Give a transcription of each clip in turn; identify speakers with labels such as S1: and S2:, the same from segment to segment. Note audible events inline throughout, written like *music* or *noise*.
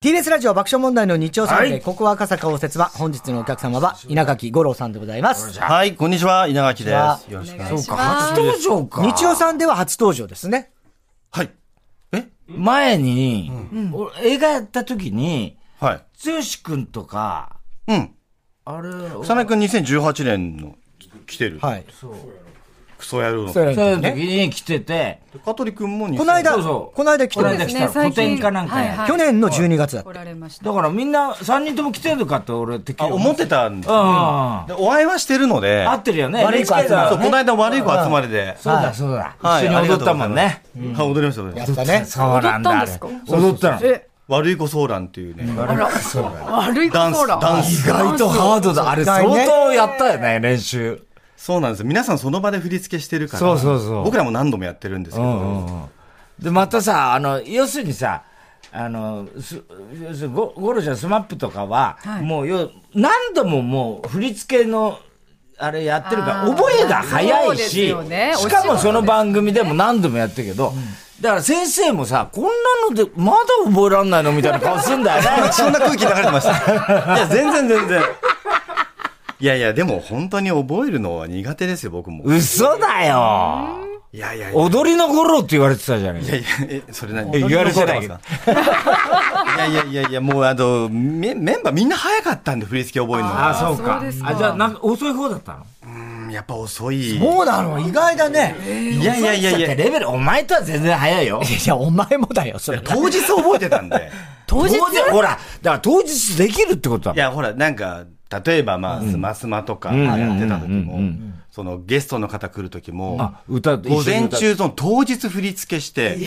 S1: TBS ラジオ爆笑問題の日曜サンデー、
S2: はい
S1: ここは赤坂応接は、本日のお客様は、稲垣吾郎さんでございます。
S3: はい、こんにちは、稲垣です。よろしくお願いします。
S2: そうか、初登場か。
S1: 日曜さんでは初登場ですね。
S3: はい。え
S2: 前に、俺映画やった時に、
S3: はい。
S2: 剛くんとか、
S3: うん。
S2: あれ、
S3: 草薙くん2018年の来てる。
S1: はい。
S3: クソ野郎の。
S1: そうや
S3: 香
S1: るん
S2: そう
S1: で
S2: い
S1: す
S2: う
S1: ね。
S2: 時に来てて、
S3: 取くんも
S1: この間、
S2: そうそう
S1: この間来て
S2: この間
S1: る
S2: 来
S4: ね
S2: た古
S4: 最近
S2: 典かなんか
S4: はい
S2: や
S4: は。い
S1: 去年の12月だった
S4: 来。られました。
S2: だからみんな3人とも来てるかって俺的
S3: あ、思ってたんです
S2: うん。
S3: よ
S2: 合
S3: でお会いはしてるので。
S2: ってるよね。
S1: 悪い子
S2: NHK だ
S3: そ
S2: よ
S3: う、
S2: ね
S3: この間悪い子集まりで。
S2: そうだそうだ。
S3: はい
S2: 一緒に踊ったもんね。。
S3: ありがとうございますはい、踊りました、踊りま
S1: や
S3: し。
S1: ったたね。
S2: そうなん
S4: 踊った
S2: だ
S4: んですか。
S2: 踊ったの。
S4: え、
S3: 悪い子ソーランっていうね。
S4: 悪い
S3: ダンス、
S4: コラ。
S3: ダンス。
S2: 意外とハードだ。あれ相当やったよね、練習。
S3: そうなんですよ皆さんその場で振り付けしてるから。
S2: そうそうそう
S3: 僕らも何度もやってるんですけ
S2: うん
S3: ど。
S2: うんうんで、またさ、あの、要するにさ、あの、す要するにゴゴロちゃんスマップとかは、
S4: はい
S2: もうよ、何度ももう振り付けの、あれやってるから、覚えが早
S4: そ
S2: いう
S4: です
S2: し、
S4: よね
S2: しか
S4: お仕事
S2: も
S4: です
S2: その番組でも何度もやってるけど、だから先生もさ、こんなので、まだ覚えらんないのみたいな顔すんだよね。
S4: *laughs*
S3: そんな空気流れてました。いや、全然全然。いやいや、でも本当に覚えるのは苦手ですよ、僕も。
S2: 嘘だよ。
S3: いやいやいや。
S2: 踊りのゴロって言われてたじゃない
S3: いやいや、え、それ何
S2: え言われてないけど
S3: いやいやいやいや、もうあの、メメンバーみんな早かったんで、振り付け覚えるの
S2: あ
S3: が。
S2: あ、そうか。
S4: そうですか
S2: あ、じゃあ、なんか遅い方だったの
S3: うんやっぱ遅い。
S1: そうなの意外だね。
S2: いやいやいやいや。レベル、お前とは全然早いよ。
S1: いや、お前もだよ、それ。
S3: 当日覚えてたん
S2: *laughs*
S3: で。
S2: 当日ほら、だから当日できるってことだもん
S3: いや、ほら、なんか、例えばまあ、スマスマとかやってた時
S2: うんうんうんう
S3: も、そのゲストの方来る時も
S2: あ、歌って
S3: 午前
S2: 一緒に
S3: 中、その当日振り付けして、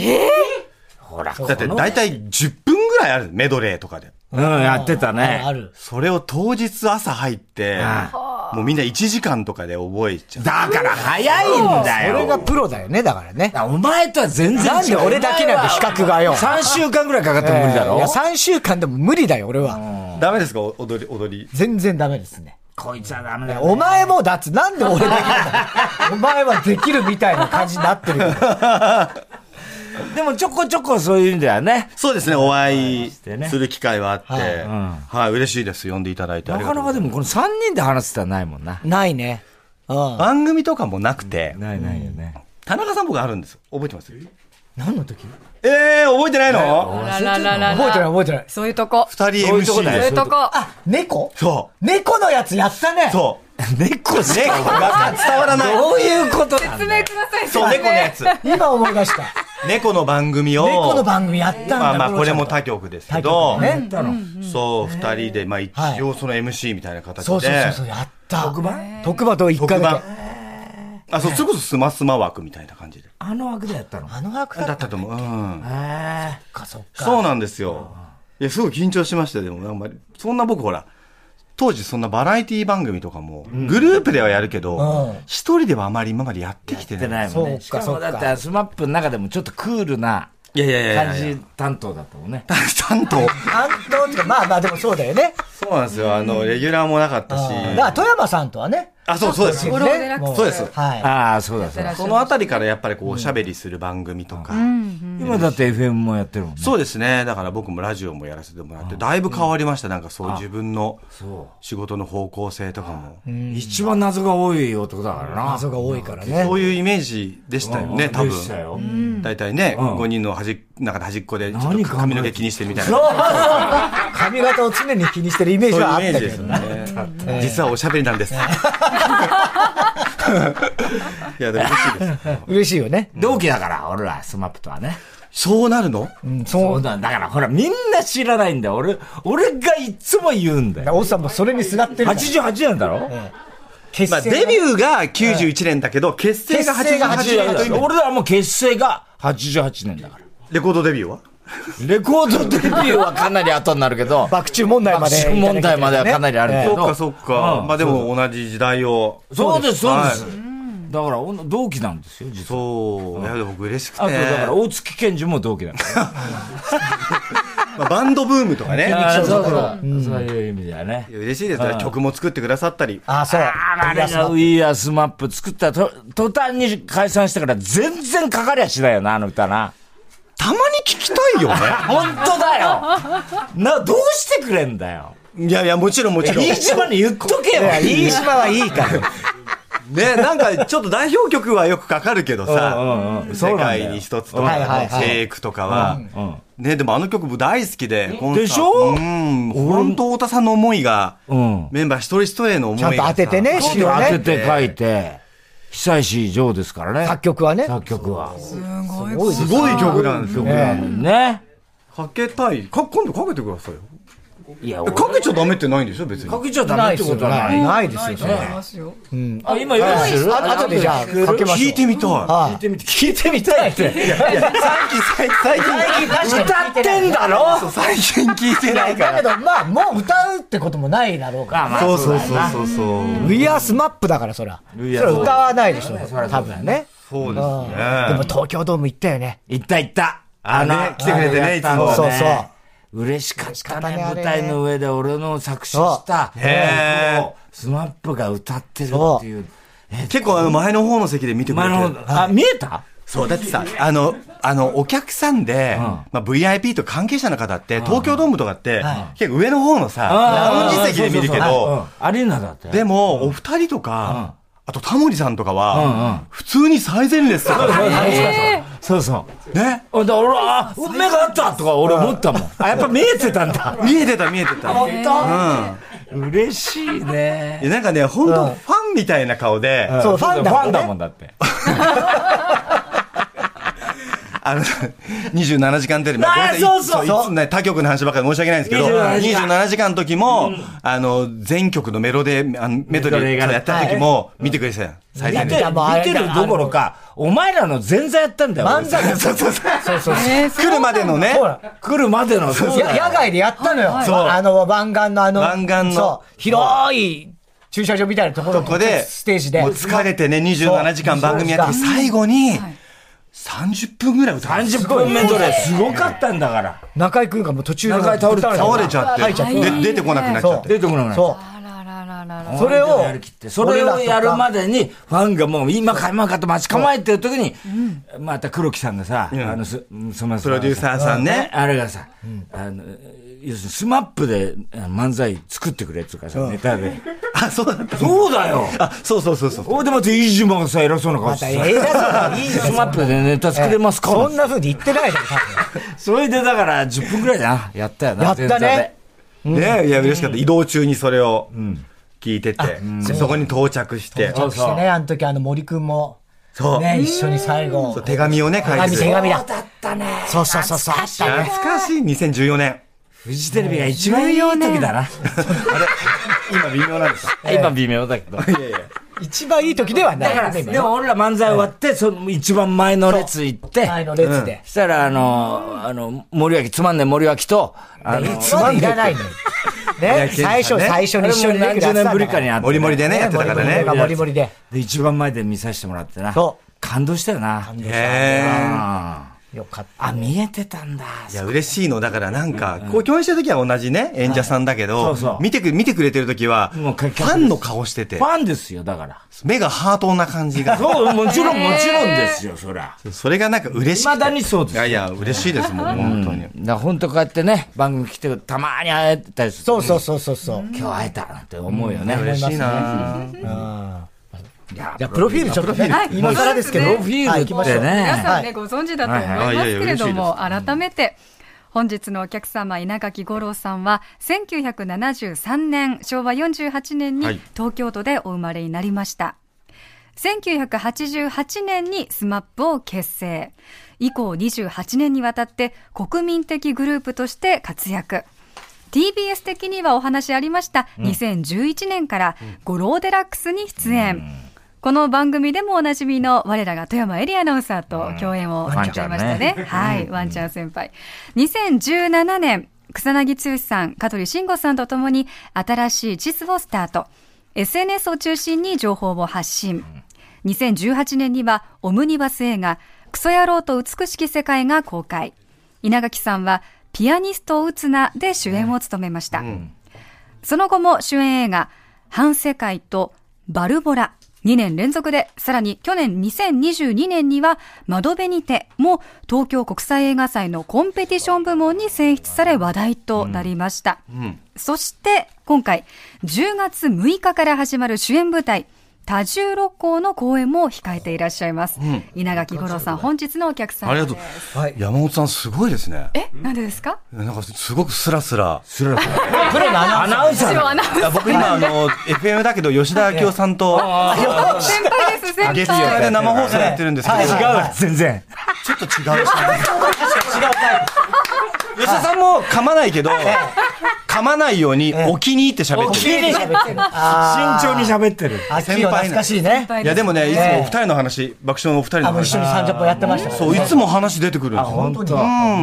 S2: ほら、
S3: だって大体10分ぐらいある、メドレーとかで。
S2: うん、やってたね。
S1: ある。
S3: それを当日朝入って
S2: あ、
S3: もうみんな1時間とかで覚えちゃう。
S2: だから早いんだ
S1: それが
S2: よ。
S1: プロだよね、だからね。
S2: お前とは全然違う。
S1: なんで俺だけなんで比較がよ。
S2: 3週間ぐらいかかっても無理だ
S1: い
S2: ろ
S1: や、。3週間でも無理だよ、俺は。
S3: ダメですかお踊り、踊り。
S1: 全然ダメですね。
S2: こいつはダメだよ。
S1: お前もだっつ、なんで俺できるんだ
S2: *laughs*
S1: お前はできるみたいな感じになってるけど。
S2: でもちょこちょこそういうんだよね。
S3: そうですね、お会い
S2: ね
S3: する機会はあって、はい、嬉しいです。呼んでいただいて。
S2: なかなかで
S3: も。
S2: もこの3人で話すってのはないもんな。
S1: ないね。うん。
S3: 番組とかもなくて、
S2: ないないよね。
S3: 田中さん僕あるんですよ。覚えてます
S1: 何の時
S3: えー、覚えてないの
S4: あらららら。
S1: 覚えてない覚えてない
S4: そういうとこ。そう
S3: 二人
S2: そういうとこ
S3: MC
S2: だよ
S3: で。
S4: いうとこ。
S1: 猫
S3: そ
S1: 猫のやつやったね
S3: う。そう。
S2: *laughs*
S3: 猫しかが伝わらない。
S2: どういうことなんだ
S4: 説明
S2: よ
S4: ください。
S3: そう、猫のや
S2: *laughs*
S3: つ。
S1: 今思い出
S3: *laughs*
S1: した。
S3: 猫の番組を。
S1: 猫の番組やったんだ
S3: まあまあ、
S1: 五郎ちゃん
S3: これも他局ですけど、
S1: 他局ね
S2: だろ
S3: そう、二人で、まあ一応その MC みたいな形で。
S1: そうそうそうそう、やった。特番特番と一
S3: 特
S1: 回だ
S3: 番
S1: け。。
S3: あ、そう、それこそスマスマ枠みたいな感じで。
S2: あの枠でやったの。
S1: あの枠
S3: だ
S1: だっ
S3: ったと思う。うん。
S2: へ
S1: たか、そっか。
S3: そうなんですよ。いや、すごい緊張しましたよでも、あんまり、そんな僕ほら、当時そんなバラエティ番組とかも、グループではやるけ
S1: う
S3: ど
S1: ん、
S3: 一人ではあまり今までやってきて
S2: え。って
S3: ない。
S2: ないもんね。し
S1: そうか
S2: かもだってスマップの中でもちょっとクールない
S3: やいやいや
S2: 感
S3: いや
S2: じ担当だったもんね。
S3: *laughs* 担当。
S1: 担当っていうか、まあまあでもそうだよね。
S3: そうなんですよ。あの、レギュラーもなかったし。
S1: だから富山さんとはね。
S3: あ、そうそうです。
S4: ゴロデラックス
S1: も
S3: そうです
S1: は
S2: ああ、そうだそうだ。
S3: そのあたりからやっぱりこう、おしゃべりする番組とか。
S2: 今だって FM もやってるもんね。
S3: そうですね。だから僕もラジオもやらせてもらって、だいぶ変わりました。なんかそう、自分の仕事の方向性とかも。
S2: 一番謎が多い男だから
S1: い。
S2: な。
S1: 謎が多いからね
S3: そ。ういうイメージでしたよね、多
S2: でしたよ
S3: 分。大体ね、
S2: うん
S3: 5人の端っ中で端っこで、ちょっ
S2: 何
S3: と
S2: 考えて
S3: 髪の毛気にしてるみたい
S1: そ
S3: な。
S1: う髪型を常に気にしてるイメージはあったけどね。
S3: ですよね。実はおしゃべりなんです。いや、でも嬉しいです。
S1: 嬉しいよね。
S2: 同期だから、俺ら、スマップとはね。
S3: そうなるの
S1: うん、
S2: そ
S1: そううだ。
S2: だ。だから、ほら、みんな知らないんだよ。俺、俺がいつも言うんだよ。
S1: おっさんもそれにすがってる。
S2: 88年だろ
S1: 結
S3: まあ、
S1: 成
S3: デ
S1: がね
S3: ビューが91年だけど、結成が
S1: 結成が88
S3: 88
S1: 年
S3: 年
S1: だよ
S2: 俺らはもう結成が88年だから。
S3: レコードデビューは
S2: レコードデビューはかなり後になるけど、
S1: 爆中問題まで。
S2: 爆笑問題まではかなりあるけ
S3: そ
S2: ど
S3: っかそっか。まあでも同じ時代を。
S2: そうです、そうです
S3: は。
S2: だから、お同期なんですよ、実は。
S3: そう。いや、でも僕嬉しくて。
S2: あと、だから、大月健二も同期だから。
S3: まあバンドブームとかね。
S2: あーそうそう。そういう意味だよね。
S3: 嬉しいですね。曲も作ってくださったり。
S1: あ、そう。
S2: あれが We Are SMAP 作ったと、途端に解散してから全然かかりゃしないよな、あの歌な。
S3: たまに聞きたいよね。
S2: *laughs* 本当だよな、どうしてくれんだよ
S3: いやいや、もちろんもちろん。
S2: 飯島に言っとけばいい
S1: 飯島はいいから。
S3: ね、なんかちょっと代表曲はよくかかるけど
S2: *laughs* うん
S3: さ
S2: うんう、んそう
S3: 世
S2: なんだよ
S3: 界に一つと
S1: はいはい
S3: か、
S1: はい
S3: シェイクとかは
S2: ん、
S3: ね、でもあの曲も大好きで、コンサート
S2: でしょ
S3: うん。本当太田さんの思いが、
S2: うん
S3: メンバー一人一人への思い
S1: ちゃ
S3: が
S1: んと当ててね、資料
S2: 当て
S1: ね。
S2: て書いて、久石譲ですからね。
S1: 作曲はね。
S2: 作曲は。
S1: すごいです
S3: すごい曲なんですよ。
S2: ね。
S3: かけたい。か、今度かけてくださいよ。
S2: いや、
S3: え
S2: 俺
S3: かけちゃダメってないんでしょ、別に。
S2: かけちゃダ
S1: な
S2: メ
S1: い
S2: っ
S1: で
S2: て
S1: す
S2: こ
S1: よ。
S2: とは
S1: な
S2: ないい。
S1: ないですよ、それ。
S2: あ、今用意してる
S1: あ後でじゃあ、かけましょう。
S3: 聞いてみたい。
S1: はい
S2: 聞いてみて聞いてみたいって。
S3: 最近、最近、
S2: 歌ってんだろ
S3: 最近聞いてないか
S1: だ
S3: ら
S1: け。ど、まあ、もう歌うってこともないだろうから。
S3: そうそうそうそうそう。
S1: We are SMAP だから、そら。それ
S3: We are
S1: は歌わないでしょ、多分ね。
S3: そうで
S1: うんでも東京ドーム行ったよね。
S2: 行った行った。
S3: あね来てくれてね
S2: あれやったんだね
S1: いつもそうそう
S2: 嬉しかった
S1: 嬉し
S2: ね。
S1: かったね
S2: 舞台の上で俺の作詞した
S3: うへー
S2: 曲を、スマップが歌ってるっていう。
S3: 結構あの前の方の席で見てくれて
S2: 前の
S3: る。
S2: 方、あ、見えた
S3: そう、だってさ、あの、あの、お客さんで、まあ VIP と関係者の方って、東京ドームとかって、結構上の方のさ、ラウンジ席で見るけ
S2: うん
S3: ど、
S2: アリーナだって。
S3: でも、お二人とか、あとタモリさんとかは、普通に最前列とか、
S2: そうそう。
S3: ね。
S2: あ、だ俺、あ、目があったとか俺思ったもん。あ、やっぱ見えてた
S3: *laughs*
S2: んだ。
S3: 見えてた見えてた。うん。い
S2: 嬉しいね。
S3: やなんかね、本当ファンみたいな顔で、
S1: そうファンだもんね
S2: んだって。
S3: あの、27時間テレビ。
S2: あー
S3: ごめんなさい
S2: そうそう
S3: いつね、他局の話ばっかり申し訳ないんですけど、
S2: 27時間
S3: 27時間の時も、あの、全局のメロで、あのメドレ
S2: メドレ
S3: ー
S2: ーが
S3: やった時も、見てくれてたよ。最
S2: 見て
S3: 前
S2: る、
S3: 列。
S2: 見てるどころか、お前らの前座やったんだよ。
S1: 漫才
S2: 俺
S3: そうそうそう。
S1: そうそう
S4: えーそう
S3: 来るまでのね
S1: ほ、ら。
S2: 来るまでの、そう
S1: や
S2: だよ
S1: 野外でやったのよ。
S3: いはい
S1: あの、湾岸のあの、
S3: 湾岸の
S1: そう広い駐車場みたいなところ
S3: ここで、
S1: ステージで
S3: もう。疲れてね、27時間番組やって、
S1: そう
S3: 最後に、30分ぐらい歌う。
S2: 30分メドレーすごかったんだから。
S1: 中井くんがもう途中で
S2: 中居倒れてた
S3: 倒れちゃ
S1: 入っちゃ
S3: っ
S1: って
S3: て、で出てこなくなっちゃっ
S1: そ
S3: て。
S2: 出てこなくなっちゃ
S1: そ
S2: っ
S4: あらららら
S1: う。
S4: ら。
S1: それを
S2: やりきって、それをやるまでに、ファンがもう今か今かと待ち構えてる時に、また黒木さんがさ、
S3: ん
S2: あの、す、すま
S3: プロデューサーさんね。
S2: あれがさ、あの、要するにスマップであの漫才作ってくれっていうかさ、ネタで。
S3: あ、そうだった。
S2: そうだよ
S3: あ、そうそうそうそう。
S2: おいでまた飯島がさ、偉そうな顔して
S1: ま
S2: さ。
S1: た偉そうな
S2: 飯島スマップでネタ作れますか
S1: そんな風に言ってないで多分
S2: それでだから10分くらいだな。やったよな。 *laughs*
S1: やったね
S2: 前座で。
S3: ねいや、嬉しかった。移動中にそれを聞いてて、でそこに到着して、
S2: そ
S1: そ
S2: う
S1: し
S2: そ
S1: て
S2: う
S1: ね、あの時あの森くんも、
S3: そう。
S1: ね、一緒に最後
S3: そう。手紙をね、書い
S1: 紙
S3: て
S1: 手
S3: て。
S1: 紙だ。だったね。そうそうそうそう。あったね
S3: 懐かしい、2014年。
S2: フジテレビが一番いい時だな。
S3: 今微妙なんですか
S2: 今微妙だけど。だ
S3: いやいや。
S1: 一番いい時ではない。
S2: から、でも俺ら漫才終わって、その一番前の列行って、
S1: 前の列で。
S2: したら、あの、あの、森脇、つまんねえ森脇と、あの、
S1: つまんいらないのよ。ね、最初、
S3: ね
S1: 最初
S2: あ
S1: に
S2: れ
S1: 一緒
S2: も
S1: に出
S2: 何
S1: てやって
S2: 十年
S1: たん
S2: ぶ
S1: だ
S2: り
S1: か
S2: からに会って。
S3: モリモリでね、やってたからね。
S1: がモリモリで。
S2: で、一番前で見させてもらってな。
S1: そう
S2: 感動したよな。
S3: へー
S2: あ
S1: よかった。
S2: あ、見えてたんだ。
S3: いや、嬉しいの。だからなんか、こう共演してる時は同じね、演者さんだけ
S2: は
S3: ど
S2: いそうそ、う
S3: 見てく、見てくれてる時は、フ
S2: もう結局
S3: ァンの顔してて
S2: フ、ァンですよ、だから。
S3: 目がハートな感じが。
S2: そう、もちろん、もちろんですよ、そりゃ。
S3: それがなんか嬉しい。
S2: 未だにそうです
S3: いやいや、嬉しいです、もう、本当に。
S2: だから本当こうやってね、番組来て、たまーに会えたりする。
S1: そうそうそうそうそう。
S2: 今日会えたなんて思うよね。
S3: 嬉しいな
S2: じゃ
S1: じゃあ、プロフィールちょっとね、今更ですけど、
S4: プロ
S2: フィールってね
S1: はい行きましょう
S4: 皆さん
S1: は
S4: ね、
S1: い
S4: ご存知だと思いますけれども、改めて、本日のお客様、稲垣吾郎さんは、1973年、昭和48年に
S3: はい
S4: 東京都でお生まれになりました。1988年にスマップを結成。以降28年にわたって国民的グループとして活躍。TBS 的にはお話ありました2011年から「ゴローデラックス」に出演、この番組でもおなじみの我らが富山エリアナウンサーと共演をされていましたね,、はいワンちゃん先輩2017年草薙剛さん香取慎吾さんとともに新しい地図をスタート SNS を中心に情報を発信2018年にはオムニバス映画「クソ野郎と美しき世界」が公開稲垣さんは「ピアニストを打つな」で主演を務めました、その後も主演映画「半世界」と「バルボラ」 2年連続で、さらに去年2022年には、窓辺にても東京国際映画祭のコンペティション部門に選出され話題となりました。そして、今回、10月6日から始まる主演舞台、多重六甲の公演も控えていらっしゃいます。稲垣吾郎さん、本日のお客さん
S3: あり
S4: で
S3: が
S4: す
S3: とう。
S1: はい
S3: 山本さんすごいですね。
S4: え、なんでですか
S3: なんかすごくスラスラ。
S2: するプロのアナウンサ
S4: 私
S2: ー
S4: もアナウンサー
S3: いや僕今あの FM だけど吉田明夫さんと
S4: 先輩です、先輩。
S3: 月曜で生放送やってるんですけど、
S1: 違う、全然。
S3: ちょっと違う。違う吉田さんも噛まないけど、噛まないようにお気に入って喋ってる。
S1: に喋ってる。慎重に喋ってる。あ、先
S3: 先
S1: 輩
S3: 輩
S1: 懐かしいね。
S4: 輩
S3: いやでもね、いつもお二人の話、爆笑のお二人の
S1: あ、もう一
S3: 話
S1: 緒。に30分やってましたから
S3: そう、いつも話出てくるんですよ。
S1: 本当に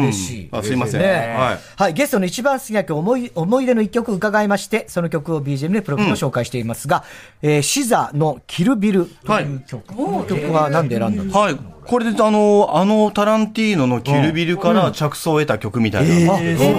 S1: 嬉しい。
S3: あすいません
S1: ね
S3: はい
S1: はい。ゲストの一番好きな曲、思い、思い出の一曲伺いまして、その曲を BGM でプロフィールを紹介していますが、えーシザのキルビルという曲。この曲は何で選んだんですか
S3: はい。これで、あの、あのタランティーノのキルビルから着想を得た曲みたいなんですけど、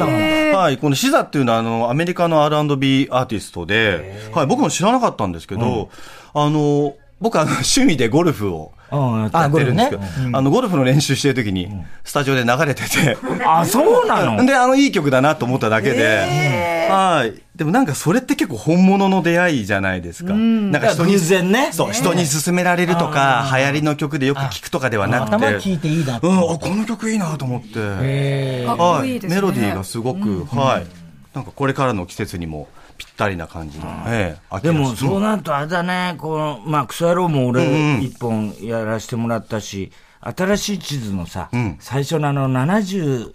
S3: はい。このシザっていうのは、あの、アメリカの R&B アーティストで、はい。僕も知らなかったんですけど、あの、僕はあの趣味でゴルフを
S2: うんやって
S1: あ
S3: やってるんですけど
S1: ゴ、
S3: あの、ゴルフの練習してる時に、スタジオで流れてて、
S2: あ、そうな
S3: *laughs*
S2: の
S3: で、あの、いい曲だなと思っただけで、はい。でもなんかそれって結構本物の出会いじゃないですか。なんか人に、
S2: 偶然ね
S3: そう、人に勧められるとか、流行りの曲でよく聴くとかではなくて、
S1: 頭聞いていいなって
S3: うん、あ、この曲いいなと思って、
S4: かっこ
S3: はい
S4: い
S3: い。
S4: ですね。
S3: メロディーがすごく、はい。なんかこれからの季節にもぴったりな感じの、ええ、秋
S2: で
S3: らしい
S2: も、そうんなるとあれだね、この、まあ、クソ野郎も俺
S3: うん
S2: 一本やらせてもらったし、新しい地図のさ、最初のあの70、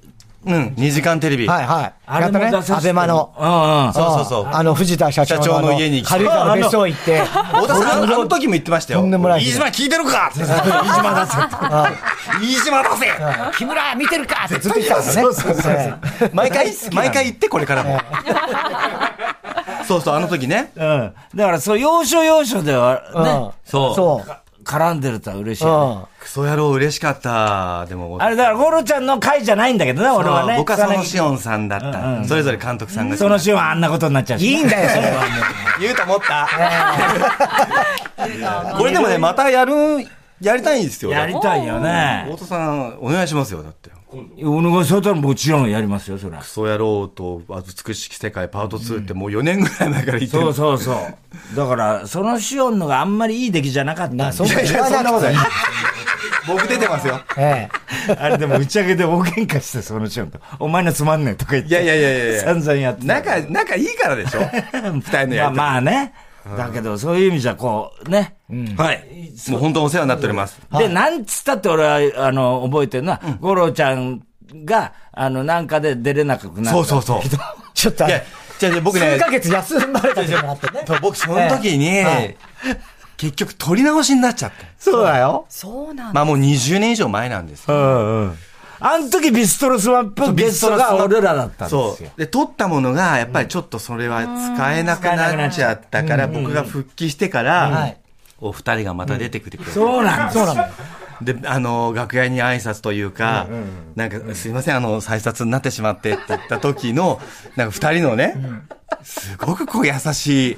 S3: うん、2時間テレビ。
S1: はいはい。
S2: あれも出させて
S1: アベマの。
S2: うんうん。
S3: そうそうそう
S1: あの、藤田社長の
S3: 社長の家に来て
S1: 軽井沢の別荘行って。
S3: 小田さん、あの時も言ってましたよ。
S1: とんでもない
S3: 飯島聞いてるかって。飯島出せって飯島出せ
S1: 木村見てるかってずっと言ってたんですね。そうそうそう。
S3: 毎回、毎回言って、これからも。 *laughs* そうそう、あの時ね。
S2: うん。だから、そう、要所要所では、ね、そう。
S1: そう
S2: か絡んでるとは嬉しいね、
S1: うん。
S3: クソ野郎嬉しかった。でも、
S2: あれ、だから、ゴロちゃんの回じゃないんだけどね、俺はね。
S3: 僕はその
S2: 草
S3: シオンさんだった。それぞれ監督さんが。
S2: 薙そのシーンはあんなことになっちゃうし。いいんだよ、それは。
S3: 言うと思った。 *laughs* これでもね、またやる、やりたいんですよ。
S2: *laughs* やりたいよね。
S3: 大戸さん、お願いしますよ、だって。
S2: お願いされたらもちろんやりますよ、それ
S3: *laughs*
S2: は。
S3: クソ野郎と、あと美しき世界パート2ってもう4年ぐらい前から言って
S2: そう
S3: る。
S2: そうそう。だから、そのシオンのがあんまりいい出来じゃなかったんだよ。
S1: そうか
S3: いや、そんなことない。僕出てますよ。
S1: ええ。
S2: *laughs* あれでも打ち上げで大喧嘩して、そのシオンと。お前のつまんねえとか言って。
S3: いやいやいやいやいや
S2: 散々やってた。
S3: 仲、仲いいから
S2: *laughs*
S3: でしょ二人のや
S2: まあ
S3: りとり
S2: まあね。だけど、そういう意味じゃ、こう、ね。
S3: はい。もう本当お世話になっております。
S2: で、なんつったって俺は、あの、覚えてるのは、五郎ちゃんが、あの、なんかで出れなくなった。
S3: そうそうそう。い
S1: *laughs* ちょっとあ
S3: や
S1: れ、、
S3: じゃあじゃあ僕ね
S1: 数ヶ、月休まれた時もあってね。
S3: 僕その時に、結局撮り直しになっちゃった。
S2: そうだよ。
S4: そうなんだ。
S3: まあもう20年以上前なんですけど。
S2: うんうん。あの時ビストロスワンプゲストが俺らだったんで
S3: そ
S2: すよ。
S3: う。で、撮ったものが、やっぱりちょっとそれは使えなくなっちゃったから、僕が復帰してか
S1: は
S3: ら
S1: い、
S3: お二人がまた出てくれて、
S2: そうなんです
S1: そうなの。
S3: で、あの、楽屋に挨拶というか、なんか、すいません、あの、再札になってしまってって言った時の、なんか二人のね、すごくこう優しい。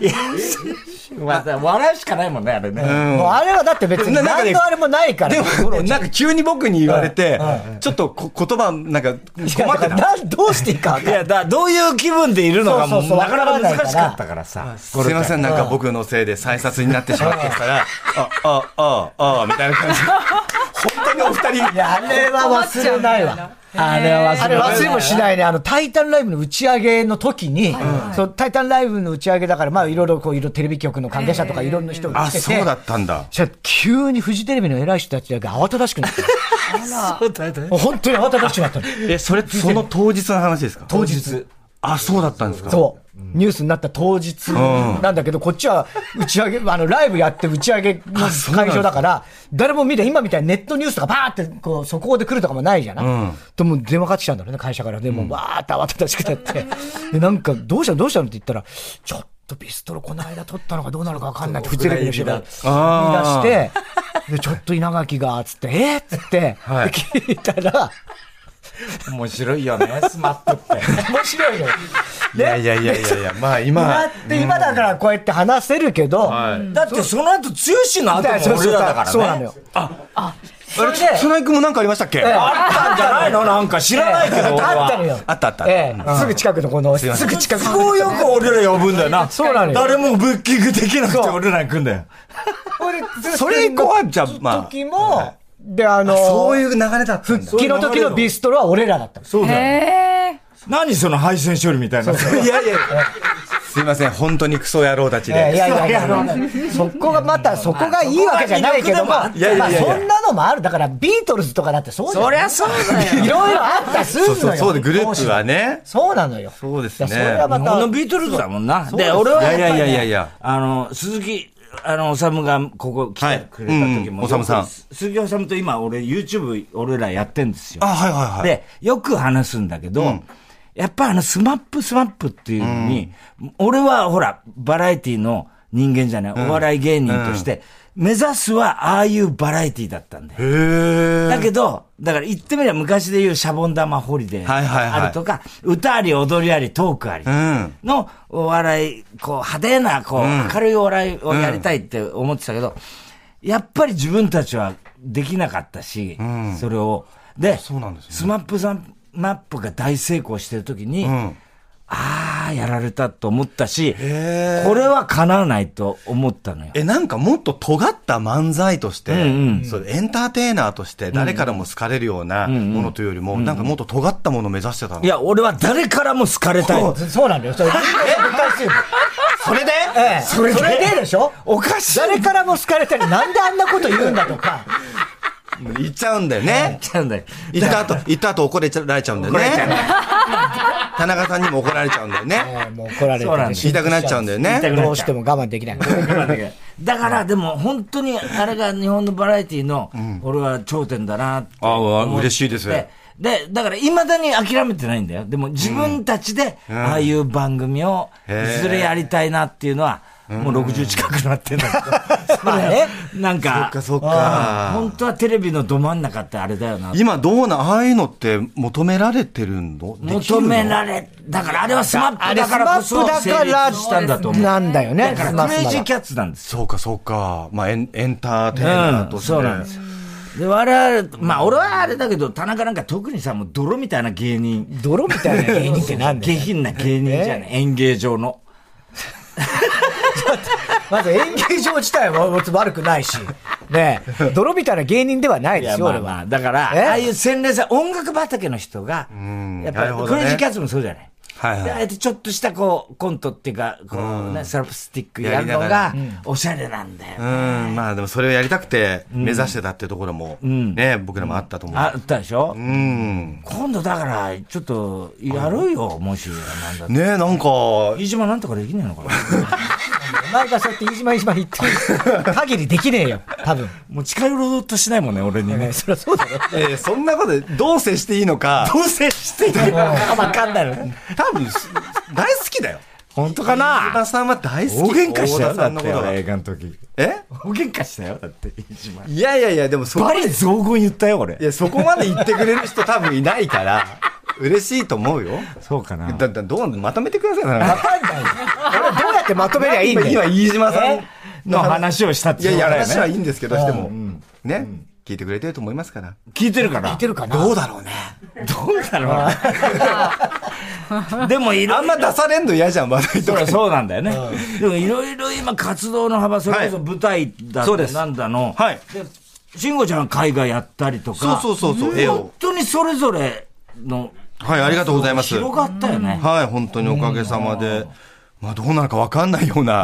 S2: また笑うしかないもんね、あれね。
S1: もうあれはだって別に
S3: ななんか
S1: 何
S3: ね
S1: のあれもないから。
S3: で
S1: ゴ
S3: も、
S1: ロちゃ
S3: なんんか急に僕に言われて、ちょっとこ言葉、なんか困ってた。
S1: なんどうしていいか分かん
S2: い
S1: ない
S2: や、だどういう気分でいるのかも
S1: そうそうそう
S2: なかなか難しかったからさ。
S3: すいません、なんか僕のせいで再殺になってしまってから、あ、あ、あ、あ、みたいな感じ。本当にお二人、
S1: いや、あれは忘れないわ。
S2: あれは忘れ
S1: あれ忘れもしないね。あの、タイタンライブの打ち上げの時に、そう、タイタンライブの打ち上げだから、まあ、いろいろこう、いろいろテレビ局の関係者とか、いろんな人が
S3: あ、
S1: 来てて。
S3: そうだったんだ。
S1: じゃあ急にフジテレビの偉い人たちだけ慌ただしくなった。もう本当に慌ただしくなったの。
S3: え、それ、その当日の話ですか
S1: 当日。
S3: あ、そうだったんですかう。
S1: そう。ニュースになった当日なんだけど、こっちは打ち上げ、あの、ライブやって打ち上げの会場だから、誰も見て、今みたいにネットニュースとかバーって、こう、速報で来るとかもないじゃない。と、もう電話かかってきたんだろうね、会社から。で、もうバーって慌ただしくなって。で、なんか、どうしたのどうしたのって言ったら、ちょっとビストロこの間撮ったのかどうなのかわかんないって、フジテレビの人が
S3: あー
S1: 言い出して、で、ちょっと稲垣が、つって、えーっつって、
S3: はい
S1: で聞いたら、
S2: 面白いよね、スマップって。
S1: 面白いよ。
S3: いやいやいやいやいや、まあ
S1: 今
S3: 今
S1: っ、て今だからこうやって話せるけど、
S3: はい
S2: だってその後、剛の
S1: だ
S2: 後も俺らだからね。
S1: そうなのよ。。
S3: あれ、船井君も何かありましたっけあ
S2: あったんじゃないのなんか知らないけど、俺
S1: あった
S2: は。
S1: のよ。
S3: あったあった。
S1: ええ、すぐ近くのこの、すぐ近く
S2: 都合よく俺ら呼ぶんだよな。
S1: そうなのよ
S2: 誰もブッキングできなくて俺らに来んだよ。
S3: それ以降はじゃあまあ
S1: 時も、で、あの、
S3: そういう流れだったんだ。
S1: 復帰の時のビストロは俺らだった。
S2: そうだよ。
S4: へえ。
S2: 何その配線処理みたいな。
S3: いやいや、すいません、本当にクソ野郎たち
S1: いやい
S3: で。
S1: やいやそこがまた、そこがいいわけじゃないけども、まあ、
S3: いやいやいや
S1: そんなのもある。だから、ビートルズとかだってそうじゃん。
S2: そりゃそうだよ。
S1: いろいろあったりすんの
S3: そ
S1: よ。
S3: うそう、そうで、グループはね。
S1: そうなのよ。
S3: そうですね
S1: いやそれはま
S2: 日
S1: た
S2: 本のビートルズだもんな。
S1: うで
S2: で、
S1: す
S2: 俺はやっぱり
S3: いやいや
S2: ね、
S3: いやいや
S2: あの、鈴木、あの、おさむがここ来
S3: は
S2: て
S3: い
S2: くれた時
S3: う
S2: も、
S3: んおさむさん
S2: よく鈴木おさむと今、俺、YouTube、俺らやってんですよ。
S3: あ、はいはいはい。
S2: で、よく話すんだけど、やっぱあの、スマップスマップっていうのに、俺はほら、バラエティの人間じゃない、お笑い芸人として、目指すはああいうバラエティだったんだよ。
S3: へ
S2: だけど、だから言ってみれば昔で言うシャボン玉ホリデー
S3: はいはいはい
S2: あるとか、歌あり踊りありトークあり
S3: ん
S2: のお笑い、こう派手な、こう、明るいお笑いをやりたいって思ってたけど、やっぱり自分たちはできなかったし、それを。で、
S3: そうなんですね
S2: スマップさん、マップが大成功してる時に、
S3: ん
S2: ああ、やられたと思ったし、これは叶わないと思ったのよ。
S3: え、なんかもっと尖った漫才として、
S2: うんうん
S3: そうエンターテイナーとして誰からも好かれるようなものというよりも、なんかもっと尖ったものを目指してたの。
S2: いや、俺は誰からも好かれたい。
S3: *laughs*
S1: そうなんだよ。 *laughs* それ、みんな絶対してる
S3: それで
S1: ええ、それででしょ
S2: おかしい。
S1: 誰からも好かれたり、なんであんなこと言うんだとか。
S3: 行っちゃうんだよね。
S2: ちゃうんだよ。
S3: 行った後、行った後怒れちゃられちゃうんだよね。田中さんにも怒られちゃうんだよね。
S1: もう怒られ
S2: そうなんで
S1: て
S2: す
S3: 言いたくなっちゃうんだよね。
S1: どうしても我慢できない。
S2: だから、でも本当にあれが日本のバラエティの、俺は頂点だなって
S3: ああ
S2: 思って
S3: 嬉しいです
S2: で、だから未だに諦めてないんだよ。でも自分たちで、ああいう番組を、いずれやりたいなっていうのは、もう60近くなってんだけど。それね、なんか。
S3: そっかそっか
S2: うん本当はテレビのど真ん中ってあれだよな。
S3: 今どうな、ああいうのって求められてるのできる
S2: 求
S3: の
S2: められ、だからあれはスマッ
S1: あれ、
S2: プだ
S1: ス
S2: か
S1: マ
S2: らこ
S1: ッ
S2: そ
S1: プだ
S2: 成
S1: から、
S2: 立したんだと思う。だ
S1: なんだよね。
S2: か
S1: ス
S2: ら
S1: マ
S2: クレイジ
S1: ッ
S2: ー
S1: プ
S2: キャッツなんですよ
S3: そうかそうか。まあエン、エンターテイナーとして。
S2: そうなんですよ。で、我々、まあ俺はあれだけど、田中なんか特にさ、もう泥みたいな芸人。
S1: 泥みたいな芸人ってなんだ
S2: 下
S1: よ。
S2: 品な芸人じゃない。演芸場の。
S1: *laughs* まず演芸場自体は悪くないし、ねえ泥みたいな芸人ではない
S2: い
S1: で
S2: や、
S1: すよ、
S2: ま
S1: 俺
S2: あまあ、
S1: は。
S2: だから、
S1: え
S2: ああいう洗練さ、音楽畑の人が、や
S3: な
S2: っぱ
S3: るほど
S2: り、
S3: ね
S2: クレイジーキャッツもそうじゃない。
S3: はいはい
S2: であえてちょっとしたこう、コントっていうか、こうね、サラプスティックやるの
S3: や
S2: が、おしゃれなんだよ。
S3: うん、まあでもそれをやりたくて目指してたっていうところも、ね、僕らもあったと思う。
S2: あったでしょ
S3: うん。
S2: 今度だから、ちょっと、やろうよ、もし、なんだって。
S3: ねえ、なんか、
S2: 飯島なんとかできねえの *laughs* かな
S1: お前がそうやって飯島飯島言ってる限りできねえよ、多 *laughs* 分。
S2: もう近寄ろうとしないもんね、俺にね。
S1: そりゃそうだろ。
S3: えーそんなことでどう接していいのか、
S2: どうせしてるのかわかんないの。
S3: 多分、す大好きだよ。
S2: 本当か
S3: 飯
S2: な
S3: 島さんは大好き。
S2: 大喧嘩した
S3: 大田
S2: よ、だ
S3: さ
S2: っ
S3: んの
S2: て
S3: ことが
S2: 俺映画の時。
S3: え
S2: 大喧嘩したよ、だって、一番。
S3: いやいやいや、でもそこ
S2: バ、リ雑言言ったよ、俺
S3: い。や、そこまで言ってくれる人多分いないから、嬉しいと思うよ。
S2: そうかな。
S3: だ、だ、どう、まとめてくださいよ
S1: わかんない *laughs* よ。俺どうやってまとめりゃいいん
S3: 今、
S1: だよ
S3: 今。飯島さん
S2: の話をしたって
S3: いやいや、話はいい
S2: い。
S3: んですけど、しても、ね、聞いてくれてると思いますから。
S2: 聞いてるから。聞い
S1: 似てるかな
S3: どうだろうね。
S2: どうだろうな。でもいろ
S3: あん
S2: いろ
S3: ま出されんの嫌じゃん、話題と
S2: そり
S3: か
S2: ゃ。そうなんだよね。でもいろいろ今活動の幅、それこそ舞台だ
S3: そうで
S2: の
S3: す
S2: なんだの。
S3: はい
S2: で。慎吾ちゃんは海外やったりとか。
S3: そうそうそうそう絵を
S2: 本当にそれぞれの。
S3: はい、ありがとうございます。
S2: 広がったよね。
S3: はい、本当におかげさまで、まあどうなるかわかんないよう
S2: うんうんう
S3: な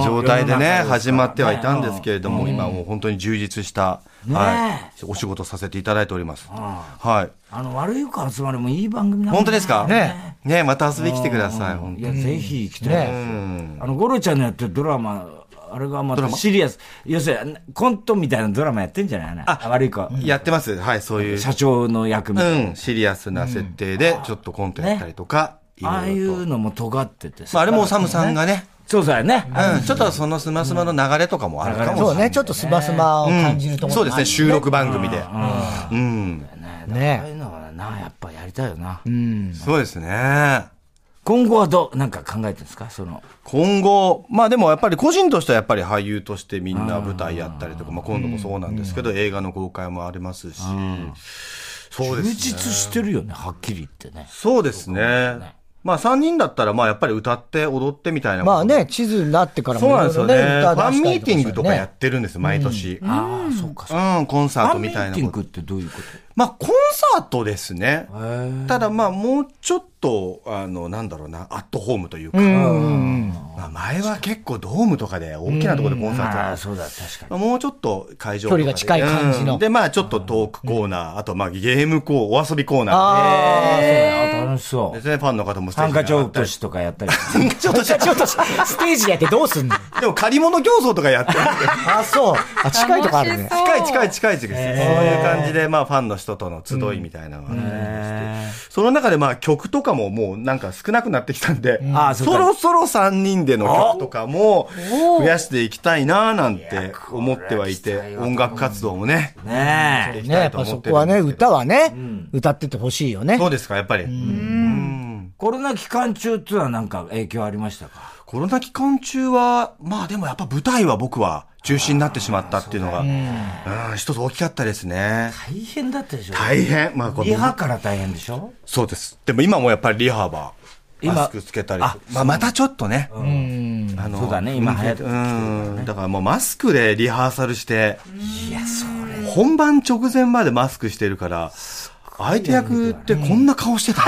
S3: ん状態で
S2: 世
S3: ね
S2: の中で、すから
S3: 始まってはいたんですけれども、今もう本当に充実した、
S2: ねえ
S3: はい、お仕事させていただいております。はい。
S2: あの、悪い子集まりもいい番組なんだね
S3: 本当ですか
S1: ね
S3: ねまた遊びに来てください、本
S2: い
S3: 当
S2: や、
S3: に。
S2: ぜひ来て。
S1: ね
S2: あの、ゴロちゃんのやってるドラマ、あれがま
S3: ドラ
S2: た
S3: マ
S2: シリアス。要するに、コントみたいなドラマやってんじゃないのあ、悪い子。
S3: やってます。はい、そういう、
S2: 社長の役みたいな。
S3: うん、シリアスな設定で、ちょっとコントやったりとか、い
S2: ああ
S3: ろ
S2: い
S3: いろと。
S2: うのも尖ってて
S3: まああれもおさむさんがね、
S2: そうだよね。
S3: うん、ちょっとそのスマスマの流れとかもあるかもしれない
S1: そうね、ちょっとスバスバを感じるとこ
S3: そう
S1: ろ
S3: で
S1: もある
S3: すね、収録番組で。うん。
S2: ね
S1: ね
S2: ああいうのはな、やっぱやりたいよな。
S3: そうですね。
S2: 今後はどう、なんか考えてるんですかその。
S3: 今後、まあでもやっぱり個人としてはやっぱり俳優としてみんな舞台やったりとか、まあ今度もそうなんですけど、映画の公開もありますし、そう
S2: 充
S3: ですね
S2: 実してるよね、はっきり言ってね。
S3: そうですね。まあ3人だったら、まあやっぱり歌って踊ってみたいな。
S1: まあね、、地図になってからも
S3: そうなんですよね。フ
S1: いろいろ
S3: ァ
S1: 歌出
S3: ン
S1: したり
S3: ミーティングとかや
S1: ね
S3: ってるんです、毎年。う
S2: ああ、そうか、そうか。
S3: ん、コンサー
S2: ファ
S3: ト
S2: ンミ
S3: みたい
S2: ー
S3: な
S2: ティン
S3: こ
S2: グ
S3: と。
S2: ってどういうこ
S3: まあコンサートですね。ただまあもうちょっと、あの、なんだろうな、アットホームというか。まあ前は結構ドームとかで大きなところでコン
S2: と
S3: サート
S2: あ
S3: や
S2: あ、
S3: って
S2: そうだ、確か
S3: まあもうちょっと会場とかで
S1: 距離が近い感じの
S3: うんで、まあちょっとトークコーナー、あとまあゲームコー、お遊びコーナ
S2: に。
S1: あ
S2: ああ、そうだ、楽し
S3: ー
S2: そ
S3: で
S2: う。
S3: すね。ファンの方もステー
S2: ハ
S3: ジに
S2: ン
S3: 上
S2: カチ
S3: が
S2: 落
S3: った
S2: と
S3: り
S2: しとかやったり。
S1: ちょっと、ちょっと、ステージやってどうすんの
S3: でも借り物競争とかやってるんで
S1: あ、そう。あ、近いとこあるね。
S3: 近い近い近い近いですね、そういう感じで、まあ、ファンの人との集いみたいなのがありまして、その中で、まあ、曲とかももうなんか少なくなってきたんで、
S2: あそっ
S3: そ
S2: か
S3: ろそろ3人での曲とかも増やしていきたいななんて思ってはいて、音楽活動もね、
S2: ねえ。
S3: でき
S1: ね、
S3: た
S1: や
S3: い
S1: っ
S3: と
S1: ぱ
S3: 思
S1: そ
S3: っ
S1: こ
S3: てる
S1: は
S3: んで
S1: ね、
S3: すけど
S1: 歌はね、歌っててほしいよね。
S3: そうですか、やっぱり。うん
S2: コロナ期間中っていうのはなんか影響ありましたか
S3: コロナ期間中は、まあでもやっぱ舞台は僕は中止になってしまったっていうのが、うん、一つ大きかったですね。
S2: 大変だったでしょ
S3: 大変。まあ、これ
S2: リハから大変でしょ
S3: そうです。でも今もやっぱりリハは、
S2: 今
S3: マスクつけたり
S2: あ
S3: と、まあ、またちょっとね。あ
S2: そうだね今流行ってきてるから
S3: うん。だからもうマスクでリハーサルして、
S2: いや、それ。
S3: 本番直前までマスクしてるから、相手役ってこんな顔してた。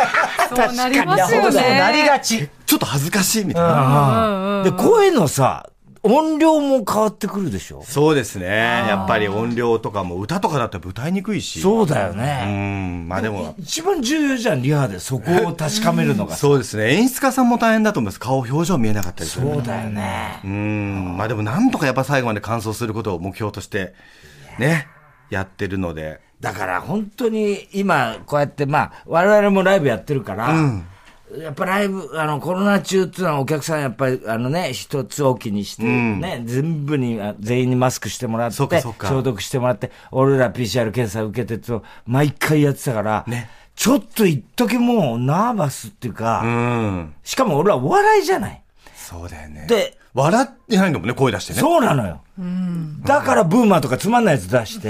S3: *laughs*
S4: そうなりますよ
S1: そうなり
S4: ね。
S1: がち。
S3: ちょっと恥ずかしいみたいな。
S2: で、声のさ、音量も変わってくるでしょ
S3: そうですね。やっぱり音量とかも歌とかだって歌いにくいし。う。
S2: そうだよね。
S3: ん。まあでも、
S2: 一番重要じゃん、リハで。そこを確かめるのが。
S3: そうですね。演出家さんも大変だと思います。顔、表情見えなかったりする
S2: そうだよね。
S3: うん、まあでもなんとかやっぱ最後まで完走することを目標として、ね、やってるので。
S2: だから本当に今、こうやって、まあ、我々もライブやってるから、やっぱライブ、あの、コロナ中っていうのはお客さんやっぱり、あのね、一つ置きにして、ね、全部に、あ全員にマスクしてもらって、
S3: そうかそうか
S2: 消毒してもらって、俺ら PCR 検査受けてっての毎回やってたから、
S3: ね
S2: ちょっと一時もうナーバスっていうか、
S3: うん。
S2: しかも俺はお笑いじゃない。
S3: そうだよね。
S2: で、
S3: 笑ってないんだもんね、声出してね。
S2: そうなのよ。だからブーマーとかつまんないやつ出
S3: *laughs*
S2: して、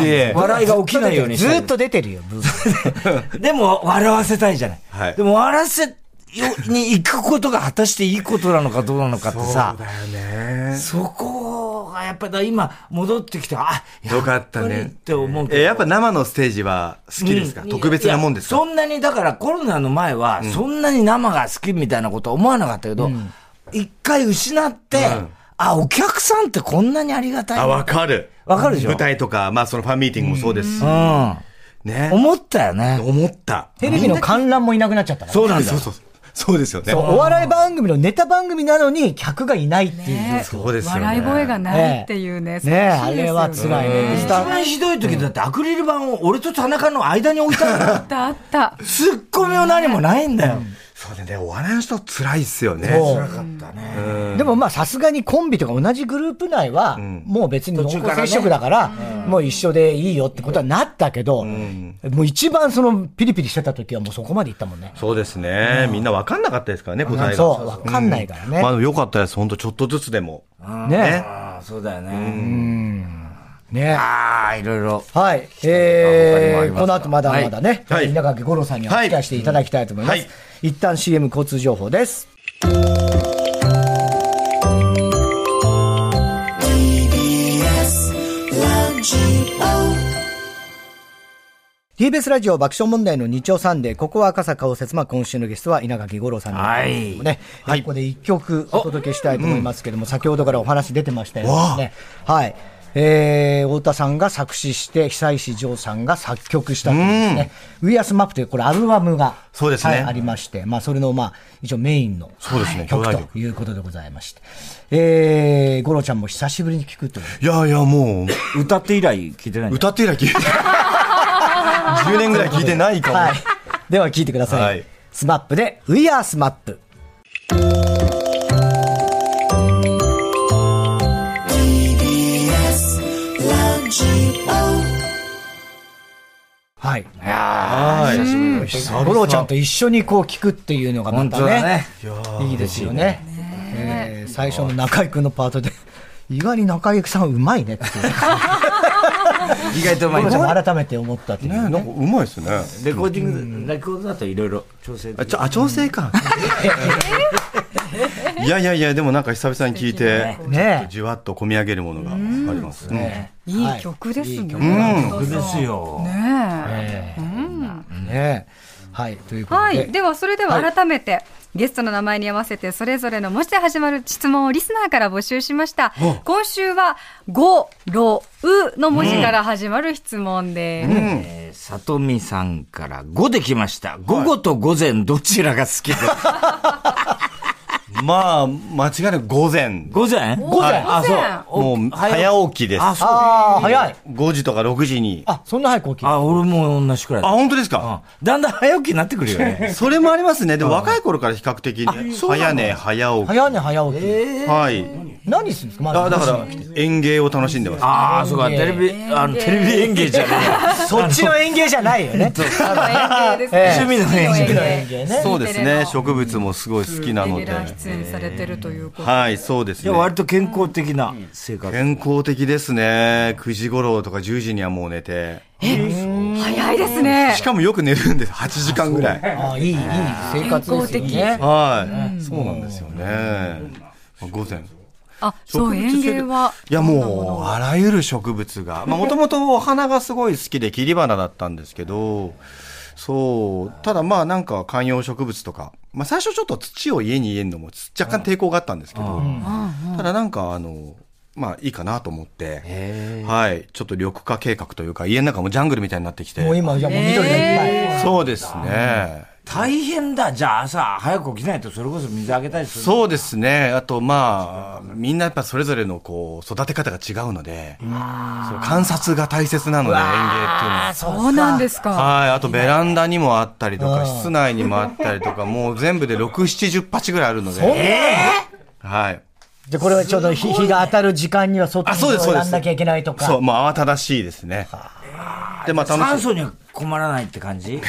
S3: いえいえ
S2: 笑いが起きないようにし
S1: ず
S2: て
S1: ーっと出てるよ、ブーブー
S2: でも笑わせたいじゃない。
S3: はい
S2: でも笑わせよに行くことが果たしていいことなのかどうなのかってさ、
S3: だよね。
S2: そこがやっぱり今戻ってきて、あ、
S3: よかったね
S2: やぱりって思うけ
S3: え
S2: ど。
S3: やっぱ生のステージは好きですか、
S2: うん
S3: 特別なもんです
S2: いや
S3: か
S2: そんなに、だからコロナの前は、そんなに生が好きみたいなことは思わなかったけど、一回失って、あ、お客さんってこんなにありがたい
S3: あ、
S2: な。
S3: わかる。
S2: わかるでしょ
S3: 舞台とか、まあそのファンミーティングもそうですし。ね。
S2: うん。思ったよね。
S3: 思った。
S1: テレビの観覧もいなくなっちゃったから。
S2: そうなんだ
S3: そう。そうそう。そうですよね。
S1: お笑い番組のネタ番組なのに客がいないっていう。
S3: そうですよね。
S4: 笑い声がないっていうね。
S1: ねえ、あれは辛いね。
S2: 一番ひどい時だってアクリル板を俺と田中の間に置いたんだよ
S4: あったあった。
S2: ツッコミも何もないんだよ。
S3: そうだね。お笑いの人辛いっすよね。
S1: そう
S2: 辛かったね。
S1: でもまあさすがにコンビとか同じグループ内は、もう別に濃厚接触だから、もう一緒でいいよってことはなったけど、もう一番そのピリピリしてた時はもうそこまで行ったもんね。
S3: そうですね。みんな分かんなかったですからね、答えが。
S1: そうわかんないからね
S3: まあでも良かったです。本当ちょっとずつでも。
S1: ね
S2: ああ、そうだよね。
S1: ね
S2: ああ、いろいろ。
S1: はい。え
S2: 他に
S1: ー、
S2: もありますか
S1: この後まだまだね、
S3: はい
S1: 稲垣吾郎さんにはお付き合いしていただきたいと思います。
S3: はい
S1: 一旦 CM 交通情報です。TBS ラジオ爆笑問題の日曜サンデー、ここは赤坂を説まあ今週のゲストは稲垣吾郎さんでございますけどもね、
S3: はい
S1: ここで一曲お届けしたいと思いますけども、先ほどからお話出てましたようにですね、はい。えー、太田さんが作詞して、久石譲さんが作曲したというですね、ウィアスマップという、これアルバムが、
S3: そうですね
S1: はいありまして、まあ、それの、まあ、一応メインの、
S3: そうですね
S1: はい曲
S3: 兄弟
S1: ということでございまして、えー、五郎ちゃんも久しぶりに聞くという。
S3: いやいや、も
S2: 歌って以来聞いてないん
S3: う、
S2: だ
S3: 歌
S2: よ
S3: って以来聞いて、10年ぐらい聞いてない *laughs* かも。
S1: はい。では聞いてください。
S3: はい
S1: スマップで、We Are SMAP。はい。い
S3: は
S1: 久
S3: い。
S1: しぶり
S3: 久々
S1: 五郎ちゃんと一緒にこう聞くっていうのがまた
S2: 本当
S1: ね、
S2: だね
S3: いや
S1: いいですよね。えー最初の中居君のパートで、意外に中居さんうまいねって、 *laughs*
S2: 意外とうま
S1: 五
S2: い
S1: 郎ち
S2: じ
S1: ゃん
S2: ゃ
S1: も改めて思ったってい
S3: ね、な
S1: うん
S3: かうまいですね。
S2: レコーディング、レコードだといろいろ調整で
S3: あ、
S2: き
S3: ちょ、あ、調整か。 *laughs* いやいやいや、でもなんか久々に聞いて、ちょっと
S1: ね。
S3: じわっと込み上げるものがありますね。
S4: い
S1: はい
S4: 曲ですね。
S3: うん
S2: るですよ。
S4: ね
S1: え
S4: えうん
S1: ーねはい、ということで。
S4: はい。では、それでは改めて、ゲストの名前に合わせて、それぞれの文字で始まる質問をリスナーから募集しました。今週は、ご、ろ、うの文字から始まる質問です。
S2: えーさとみさんから5できました。午後と午前どちらが好きですか、
S3: まあ、間違いなく午前。
S2: 午前午
S1: 前
S2: あ、そう。
S3: もう、早起きです。
S2: あ、そう。
S1: ああ、早い。
S3: 5時とか6時に。あ、
S1: あ、そんな早く起きる。
S2: あ、俺も同じくらいだ。
S3: 本当ですか
S2: うんだんだん早起きになってくるよ *laughs* ね。
S3: それもありますね。でも若い頃から比較的に、早寝、早起
S1: 早寝早起き。
S3: き。はい。
S1: 何するんですかま
S3: あだか
S1: も
S3: ら
S1: し、
S3: 園芸を楽しんでます。
S2: ああ、そうか、テレビ、あの、テレビ演芸じゃね
S1: *laughs* そっちの園芸じゃないよね。
S4: 園芸です
S1: え
S4: ね
S1: え
S2: 趣味の園芸
S1: 趣味の園芸ね。
S3: *laughs* そうですね。
S4: 好
S3: 植物もすごい好きなの
S4: レギ
S3: で
S4: ュ。ラー出演されてるということで。
S3: はい、そうです
S2: え。いや、
S3: ね。
S2: 割と健康的な生活。
S3: 健康的ですね。9時頃とか10時にはもう寝て。
S4: 早いですね
S3: し。かもよく寝るんです。8時間ぐらい。
S1: あいい、いい生活ですよね。
S3: はい。そうなんですよね。まあ午前。
S4: あ、そう、園芸は。
S3: いやもう、あらゆる植物が。
S4: *laughs*
S3: まあもともとお花がすごい好きで、切り花だったんですけど、そう。ただまあなんか観葉植物とか、まあ最初ちょっと土を家に入れるのも若干抵抗があったんですけど、ただなんかあの、まあいいかなと思って、はい。ちょっと緑化計画というか、家の中もジャングルみたいになってきて。
S1: もう今、いやもう緑がいっぱい。
S3: そうですね。
S2: 大変だ。じゃあ朝早く起きないと、それこそ水あげたりする。
S3: そうですね。あと、まあ、みんなやっぱそれぞれのこう、育て方が違うので、その観察が大切なので、園芸っていうのは。
S4: そうなんですか。
S3: はい。あと、ベランダにもあったりと
S1: う
S3: か、
S1: ん
S3: 室内にもあったりとか、もう全部で6、70鉢ぐらいあるの
S1: そんなの
S3: で。はい。
S1: じゃあこれはちょうど日日が当たる時間には外
S3: あ、そう
S1: に
S3: です、そうで
S1: や
S3: す。
S1: んなきゃいけないとか。
S3: そう、もう慌ただしいですね。で、まあ楽
S2: 酸
S3: しい。
S2: 素には困らないって感 *laughs* じ